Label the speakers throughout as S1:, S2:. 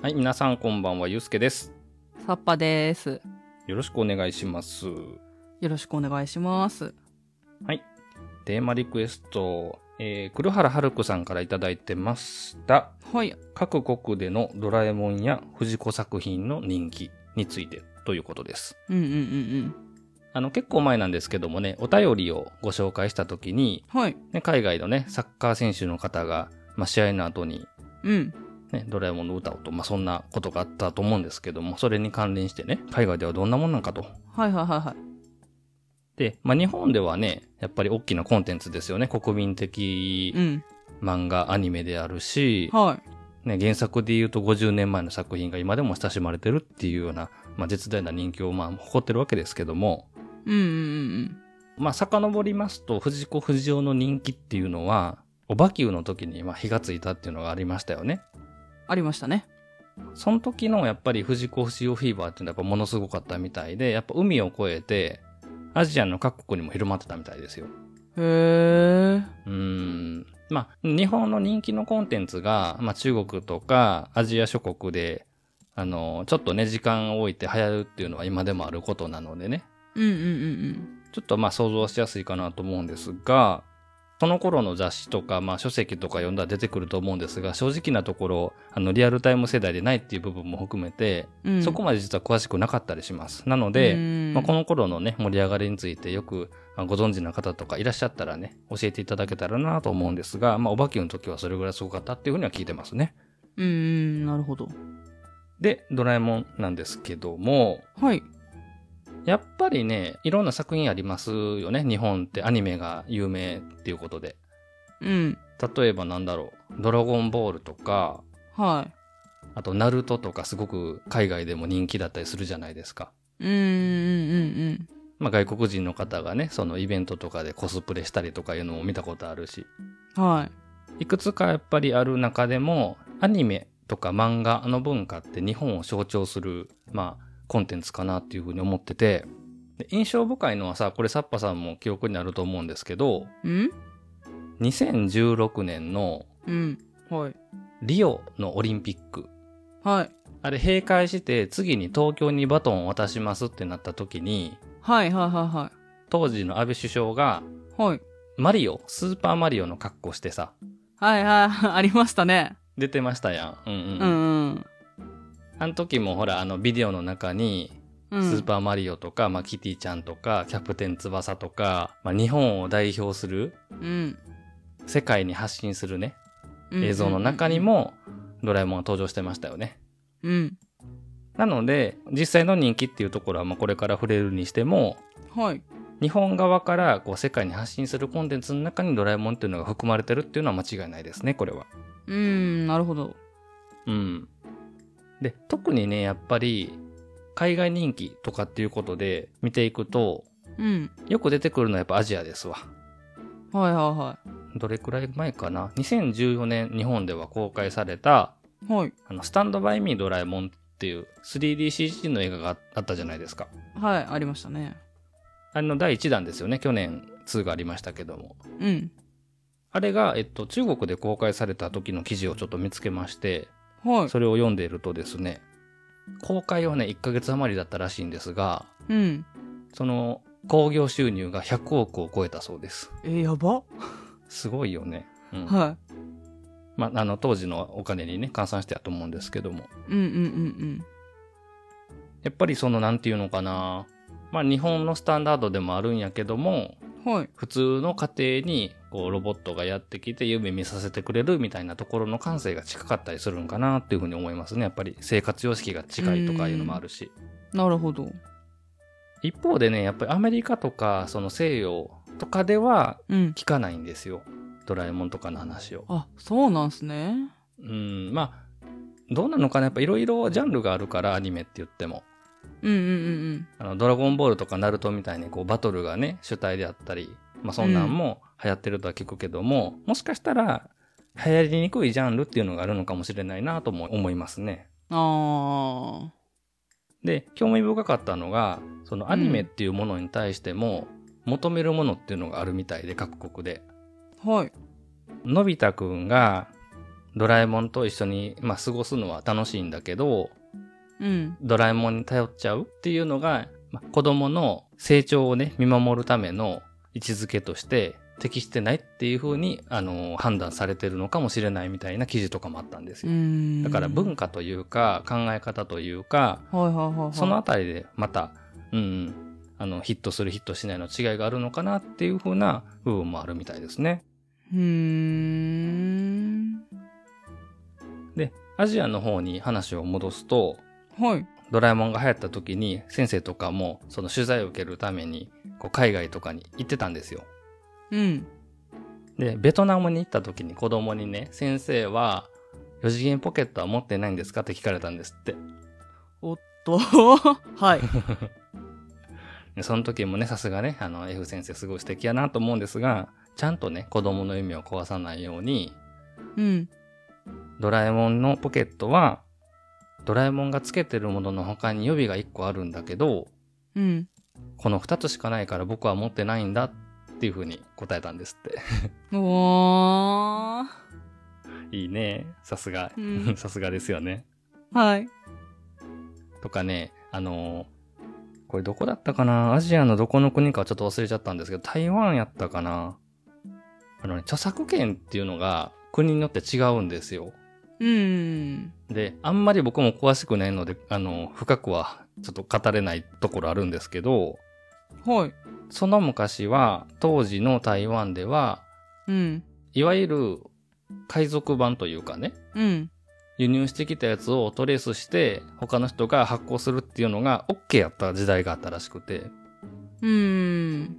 S1: はい、皆さんこんばんは、ゆうすけです。
S2: サッパです。
S1: よろしくお願いします。
S2: よろしくお願いします。
S1: テーマリクエスト、えー、黒原春子さんからいただいてました。
S2: はい。
S1: 各国でのドラえもんや藤子作品の人気についてということです。
S2: うんうんうんうん。
S1: あの、結構前なんですけどもね、お便りをご紹介した時に、
S2: はい。
S1: ね、海外のね、サッカー選手の方が、まあ、試合の後に、
S2: うん。
S1: ね、ドラえもんの歌をと、まあ、そんなことがあったと思うんですけども、それに関連してね、海外ではどんなもんなんかと
S2: はいはいはいはい。
S1: で、まあ、日本ではね、やっぱり大きなコンテンツですよね。国民的
S2: うん。
S1: 漫画、アニメであるし、
S2: はい。
S1: ね、原作で言うと50年前の作品が今でも親しまれてるっていうような、まあ、絶大な人気をまあ誇ってるわけですけども、
S2: うんうんうん
S1: まあ、遡りますと、藤子不二雄の人気っていうのは、おばきゅうの時にまあ火がついたっていうのがありましたよね。
S2: うん。ありましたね。
S1: その時のやっぱり藤子不二雄フィーバーっていうのはやっぱものすごかったみたいで、やっぱ海を越えて、アジアの各国にも広まってたみたいですよ。
S2: へえ。
S1: うーんまあ、日本の人気のコンテンツが、まあ、中国とかアジア諸国で、あの、ちょっとね、時間を置いて流行るっていうのは今でもあることなのでね、
S2: うんうんうん
S1: ちょっとまあ想像しやすいかなと思うんですが、その頃の雑誌とか、まあ書籍とか読んだら出てくると思うんですが、正直なところ、あの、リアルタイム世代でないっていう部分も含めて、
S2: うん。うん、
S1: そこまで実は詳しくなかったりします。なの
S2: う
S1: で、
S2: ん
S1: まあ、この頃のね、盛り上がりについてよくまあご存知の方とかいらっしゃったらね、教えていただけたらなと思うんですが、まあ、おばきゅうの時はそれぐらいすごかったっていうふうには聞いてますね。
S2: うんうん、なるほど。
S1: で、ドラえもんなんですけども、
S2: はい。
S1: やっぱりね、いろんな作品ありますよね。日本ってアニメが有名っていうことで。
S2: うん。
S1: 例えばなんだろう、ドラゴンボールとか、
S2: は
S1: あと、ナルトとかすごく海外でも人気だったりするじゃないですか。
S2: い。うんうんうん
S1: まあ、外国人の方がね、そのイベントとかでコスプレしたりとかいうのも見たことあるし。
S2: うん。はい。
S1: いくつかやっぱりある中でもアニメとか漫画の文化って日本を象徴する、まあ、コンテンツかなっていうふうに思っててで印象深いのはさこれサッパさんも記憶になると思うんですけど
S2: うん
S1: 2016年の
S2: うん。はい。
S1: リオのオリンピック
S2: はい。
S1: あれ閉会して次に東京にバトンを渡しますってなった時に
S2: はいはいは
S1: 当時の安倍首相が
S2: いはい。はい。
S1: マリオスーパーマリオの格好してさ
S2: はいはい。 ありましたね。
S1: 出てましたやん。うんうん
S2: うんうん。
S1: あの時もほらあのビデオの中に
S2: うん、
S1: スーパーマリオとか、まあ、キティちゃんとか、キャプテン翼とか、まあ、日本を代表する、
S2: うん、
S1: 世界に発信するね、
S2: うん
S1: 映像の中に、も、ドラえもんが登場してましたよね。
S2: うん。
S1: なので、実際の人気っていうところは、まあ、これから触れるにしても、
S2: はい。
S1: 日本側からこう世界に発信するコンテンツの中にドラえもんっていうのが含まれてるっていうのは間違いないですね、これは。
S2: うーん、なるほど。
S1: うん。で、特にね、やっぱり、海外人気とかっていうことで見ていくと、
S2: うん。
S1: よく出てくるのはやっぱアジアですわ。
S2: はいは
S1: どれくらい前かな2014年日本では公開された
S2: いはい。はい。
S1: 「あのスタンド・バイ・ミー・ドラえもん」っていう 3DCG の映画があったじゃないですか
S2: はい、ありましたね。
S1: あれの第1弾ですよね去年2がありましたけども
S2: うん。
S1: あれが、えっと、中国で公開された時の記事をちょっと見つけまして
S2: はい。
S1: それを読んでいるとですね公開はね1ヶ月余りだったらしいんですが
S2: うん。
S1: その興行収入が100億を超えたそうです
S2: えー、やば
S1: すごいよね、うん
S2: は
S1: まあ、あの当時のお金にね換算してやと思うんですけども
S2: い。うんうんうん
S1: やっぱりそのなんていうのかな。まあ日本のスタンダードでもあるんやけども、
S2: うん。はい。
S1: 普通の家庭にこうロボットがやってきて夢見させてくれるみたいなところの感性が近かったりするんかなっていうふうに思いますね。やっぱり生活様式が近いとかいうのもあるし。
S2: なるほど。
S1: 一方でね、やっぱりアメリカとかその西洋とかでは
S2: うん。
S1: 聞かないんですよ。ドラえもんとかの話を。
S2: あ、そうなんすね。
S1: うん、まあ、どうなのかなやっぱいろいろジャンルがあるからアニメって言っても。
S2: うんうん
S1: あの、ドラゴンボールとかナルトみたいにこうバトルがね、主体であったり、まあそんなんも流行ってるとは聞くけども、もしかしたら流行りにくいジャンルっていうのがあるのかもしれないなとも思いますね。
S2: うんうん。あ
S1: で、興味深かったのが、そのアニメっていうものに対しても求めるものっていうのがあるみたいで、各国で。
S2: ー。はい。
S1: のび太くんがドラえもんと一緒に、まあ、過ごすのは楽しいんだけど、
S2: うん。
S1: ドラえもんに頼っちゃうっていうのが、まあ、子供の成長をね、見守るための位置づけとして適してないっていうふうに、あの、判断されてるのかもしれないみたいな記事とかもあったんです
S2: う
S1: よ。
S2: ん。
S1: だから文
S2: 化。
S1: 化というか、考え方というか、
S2: はいはいはいはい。
S1: そのあたりでまた、うんうん、あの、ヒットするヒットしないの違いがあるのかなっていうふうな部分もあるみたいですね。
S2: うーん。
S1: アジアの方に話を戻すと、
S2: はい。
S1: ドラえもんが流行った時に先生とかもその取材を受けるためにこう海外とかに行ってたんですよ。
S2: うん。
S1: で、ベトナムに行った時に子供にね、先生は4次元ポケットは持ってないんですかって聞かれたんですって。
S2: と、はい。
S1: でその時もね、さすがね、あの F 先生すごい素敵やなと思うんですが、ちゃんとね、子供の夢を壊さないように、
S2: うん。
S1: ドラえもんのポケットは、ドラえもんがつけてるものの他に予備が1個あるんだけど、
S2: うん。
S1: この2つしかないから僕は持ってないんだっていう風に答えたんですって。
S2: おー。
S1: いいね。さすが
S2: う。ん
S1: さすがですよね。
S2: はい。
S1: とかね、あのーこれどこだったかなアジアのどこの国かちょっと忘れちゃったんですけど、台湾やったかなあのね、著作権っていうのが国によって違うんですよ。
S2: うん。
S1: で、あんまり僕も詳しくないので、あの、深くはちょっと語れないところあるんですけど、
S2: はい。
S1: その昔は、当時の台湾では、
S2: うん。
S1: いわゆる海賊版というかね、
S2: うん。
S1: 輸入してきたやつをトレースして他の人が発行するっていうのが OK やった時代があったらしくて
S2: うん。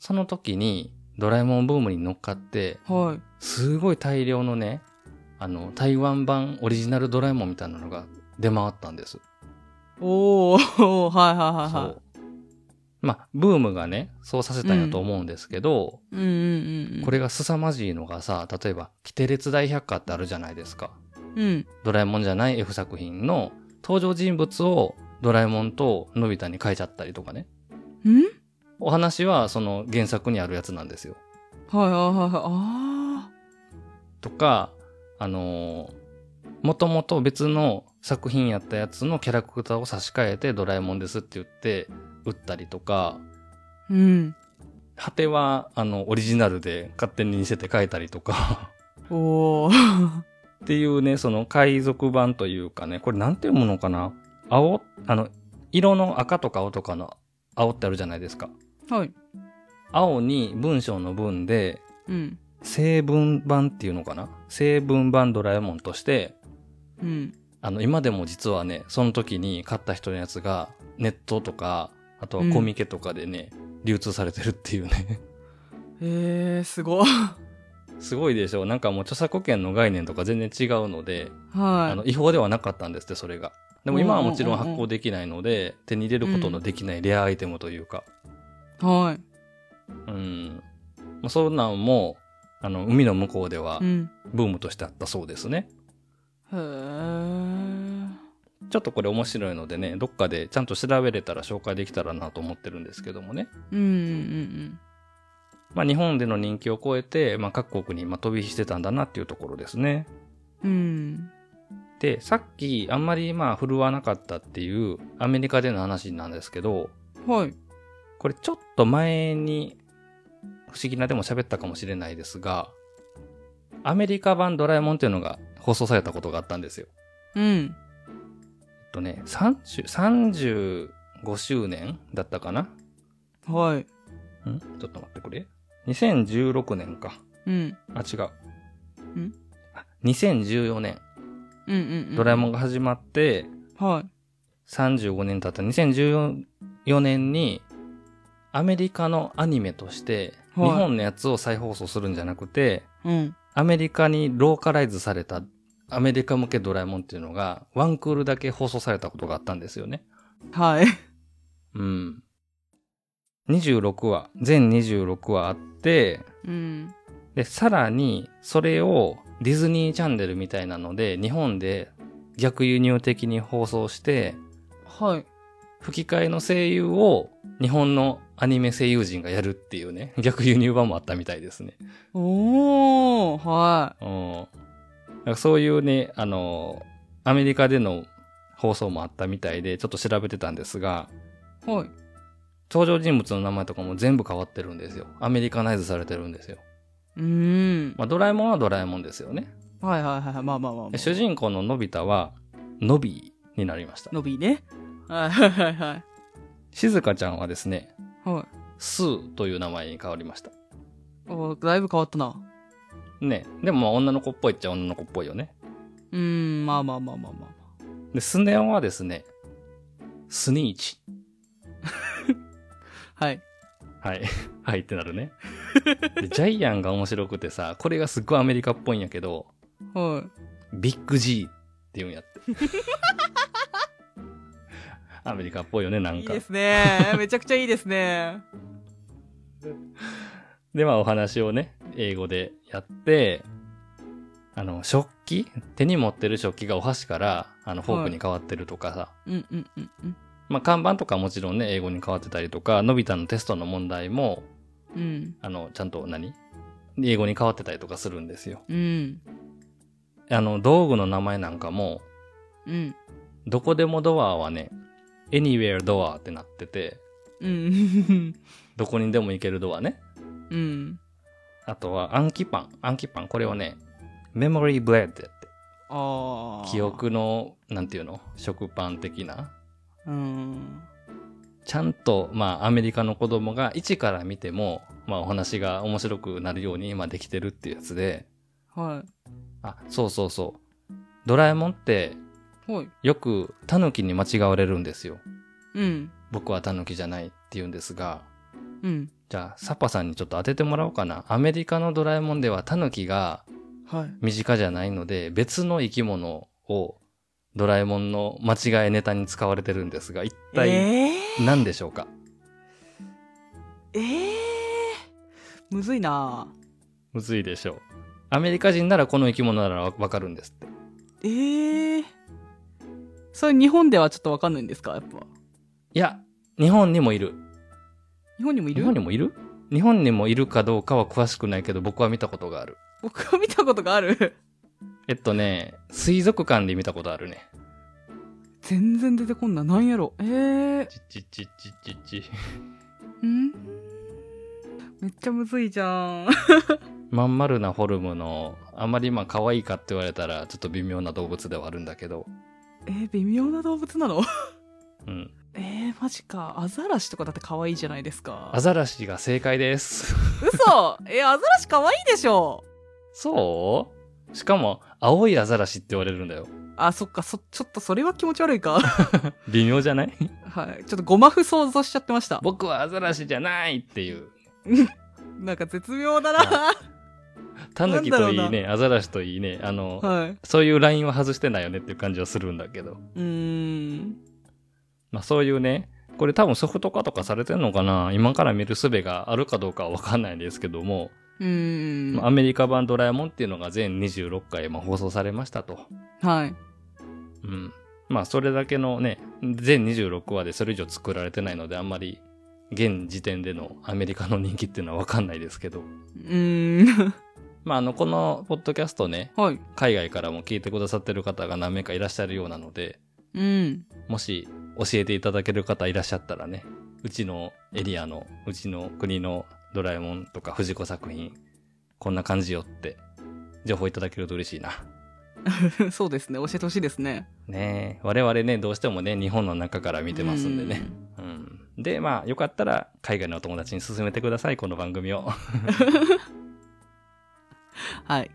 S1: その時にドラえもんブームに乗っかって
S2: はい。
S1: すごい大量のねあの台湾版オリジナルドラえもんみたいなのが出回ったんです、
S2: おー。 はいはいはい
S1: そ
S2: は
S1: うまあブームがねそうさせたんやと思うんですけど、
S2: い。うんうんうん。
S1: これ。が凄まじいのがさ例えば「キテレツ大百科」ってあるじゃないですか
S2: うん。
S1: ドラえもんじゃない F 作品の登場人物をドラえもんとのび太に変えちゃったりとかね。
S2: ん
S1: お話はその原作にあるやつなんですよ。
S2: はいはいはいはい。あ
S1: とか、あのもともと別の作品やったやつのキャラクターを差し替えてドラえもんですって言って打ったりとか、
S2: ー。うん。
S1: 果てはあのオリジナルで勝手に似せて変えたりとか
S2: おー。
S1: っていうね、その海賊版というかね、これなんて読むのかな青、あの、色の赤とか青とかの青ってあるじゃないですか。
S2: はい。
S1: 青に文章の文で、
S2: うん。
S1: 成分版っていうのかな成分版ドラえもんとして、
S2: うん。
S1: あの、今でも実はね、その時に買った人のやつが、ネットとか、あとはコミケとかでね、流通されてるっていうね。
S2: えー、すごい。
S1: すごいでしょなんかもう著作権の概念とか全然違うので、あの、
S2: は
S1: 違法ではなかったんですって、それが。でも今はもちろん
S2: うんうんうんうん
S1: 発行できないので、手に入れることのできないレアアイテムというか、
S2: い。は。
S1: うん。まあそんなんも、あの、海の向こうではい
S2: うん。
S1: ブームとしてあったそうですね。
S2: へー。
S1: ちょっとこれ面白いのでね、どっかでちゃんと調べれたら紹介できたらなと思ってるんですけどもね。
S2: うんうん
S1: まあ日本での人気を超えて、まあ各国にまあ飛び火してたんだなっていうところですね。
S2: うん。うん。
S1: で、さっきあんまりまあ振るわなかったっていうアメリカでの話なんですけど、
S2: はい。
S1: これちょっと前に不思議なでも喋ったかもしれないですが、アメリカ版ドラえもんっていうのが放送されたことがあったんですよ。
S2: うん。
S1: えっとね、30 35周年だったかな
S2: はい。
S1: んちょっと待ってくれ。2016年か。
S2: うん。
S1: あ、違う。
S2: ん
S1: あ ?2014 年。
S2: うんうん、うん。
S1: ドラえもんが始まって
S2: はい。
S1: 35年経った2014年にアメリカのアニメとして
S2: はい
S1: 日本のやつを再放送するんじゃなくて、
S2: うん。
S1: アメリカにローカライズされたアメリカ向けドラえもんっていうのがワンクールだけ放送されたことがあったんですよね。
S2: はい。
S1: うん。26話、全26話あって、
S2: うん。
S1: で、さらに、それをディズニーチャンネルみたいなので、日本で逆輸入的に放送して、
S2: はい。
S1: 吹き替えの声優を日本のアニメ声優陣がやるっていうね、逆輸入版もあったみたいですね。
S2: おー。は
S1: うん。なんかそういうね、あの、アメリカでの放送もあったみたいで、ちょっと調べてたんですが、
S2: はい。
S1: 登場人物の名前とかも全部変わってるんですよ。アメリカナイズされてるんですよ。
S2: うーん。
S1: まあ、ドラえもんはドラえもんですよね。
S2: はいはいはいはい。まあまあまあ、ま
S1: で
S2: あ。
S1: 主人公ののび太は、のびになりました。
S2: のびね。はいはいはいはい。
S1: 静香ちゃんはですね、
S2: は
S1: スーという名前に変わりました。
S2: い。おだいぶ変わったな。
S1: ね。でもまあ女の子っぽいっちゃ女の子っぽいよね。
S2: うーん、まあまあまあまあまあ。
S1: で、スネ夫はですね、スニーチ。
S2: はい。
S1: はい。 はいってなるね。で、ジャイアンが面白くてさ、これがすっごいアメリカっぽいんやけど、
S2: は。
S1: ビッグ G って言うんやって。アメリカっぽいよね、ないん
S2: いい
S1: か。
S2: ですね。 めちゃくちゃいいですね。
S1: で、まあお話をね、英語でやって、あの、食器手に持ってる食器がお箸から、あの、フォークに変わってるとかさ。
S2: うんうんうんうん。
S1: まあ看板とかもちろんね、英語に変わってたりとか、のび太のテストの問題も、
S2: うん。
S1: あの、ちゃんと何英語に変わってたりとかするんですよ。
S2: うん。
S1: あの、道具の名前なんかも、
S2: うん。
S1: どこでもドアはね、anywhere door ってなってて、
S2: うん。
S1: どこにでも行けるドアね。
S2: うん。
S1: あとは暗記パン。暗記パン。これはね、memory bread って
S2: ああ。
S1: 記。憶の、なんていうの食パン的な。
S2: うん。
S1: ちゃんと、まあ、アメリカの子供が一から見ても、まあ、お話が面白くなるように今できてるっていうやつで、
S2: は
S1: あ、そうそうそう。ドラえもんって、
S2: い。はい。
S1: よくタヌキに間違われるんですよ。
S2: うん。
S1: 僕はタヌキじゃないって言うんですが、
S2: うん。
S1: じゃあ、サッパさんにちょっと当ててもらおうかな。アメリカのドラえもんではタヌキが
S2: はい。
S1: 身近じゃないので、別の生き物をドラえもんの間違いネタに使われてるんですが、一体
S2: ええ
S1: 何でしょうか、
S2: ええむずいな
S1: むずいでしょう。アメリカ人ならこの生き物ならわわかるんですって。
S2: ええそれ日本ではちょっとわかんないんですかやっぱ。
S1: いや、日本にもいる。
S2: 日本にもい
S1: 日
S2: る
S1: 本にもいる日本にもいるかどうかは詳しくないけど、僕は見たことがある。
S2: 僕は見たことがある。
S1: えっとね、水族館で見たことあるね。
S2: 全然出てこんな。なんやろ。ええ
S1: ちっちっちっちっちっち。
S2: んめっちゃむずいじゃん。
S1: まん丸なフォルムの、あまりまあ可愛いかって言われたら、ちょっと微妙な動物ではあるんだけど。
S2: えー、微妙な動物なの
S1: うん。
S2: えー、マジか。アザラシとかだって可愛いじゃないですか。
S1: アザラシが正解です。
S2: 嘘 えー、アザラシ可愛いでしょ
S1: そうしかも、青いアザラシって言われるんだよ。
S2: あ、そっか、そ、ちょっとそれは気持ち悪いか。
S1: 微妙じゃない
S2: はい。ちょっとゴマフ想像しちゃってました。
S1: 僕はアザラシじゃないっていう。
S2: なんか絶妙だな。
S1: タヌキとい
S2: ないんだ
S1: ね、アザラシといいね、あの、
S2: はい。
S1: そういうラインは外してないよねっていう感じはするんだけど。
S2: うーん。
S1: まあそういうね、これ多分ソフト化とかされてんのかな今から見る術があるかどうかはわかんないですけども、
S2: うーん。
S1: まあアメリカ版ドラえもんっていうのが全26回まあ放送されましたと。
S2: はい。
S1: うん。まあそれだけのね、全26話でそれ以上作られてないのであんまり現時点でのアメリカの人気っていうのはわかんないですけど。
S2: うーん。
S1: まああの、このポッドキャストね、
S2: はい。
S1: 海外からも聞いてくださってる方が何名かいらっしゃるようなので、
S2: うん。
S1: もし教えていただける方いらっしゃったらね、うちのエリアの、うちの国のドラえもんとか藤子作品、こんな感じよって、情報いただけると嬉しいな。
S2: そうですね。教えてほしいですね。
S1: ねえ、我々ね、どうしてもね、日本の中から見てますんでね。うん。で、まあ、よかったら、海外のお友達に勧めてください、この番組を。
S2: うん。はい。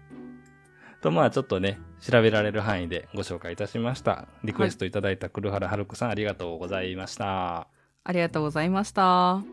S1: と、まあ、ちょっとね、調べられる範囲でご紹介いたしました。リクエストいただいた黒原春子さん、ありがとうございました。
S2: ありがとうございました。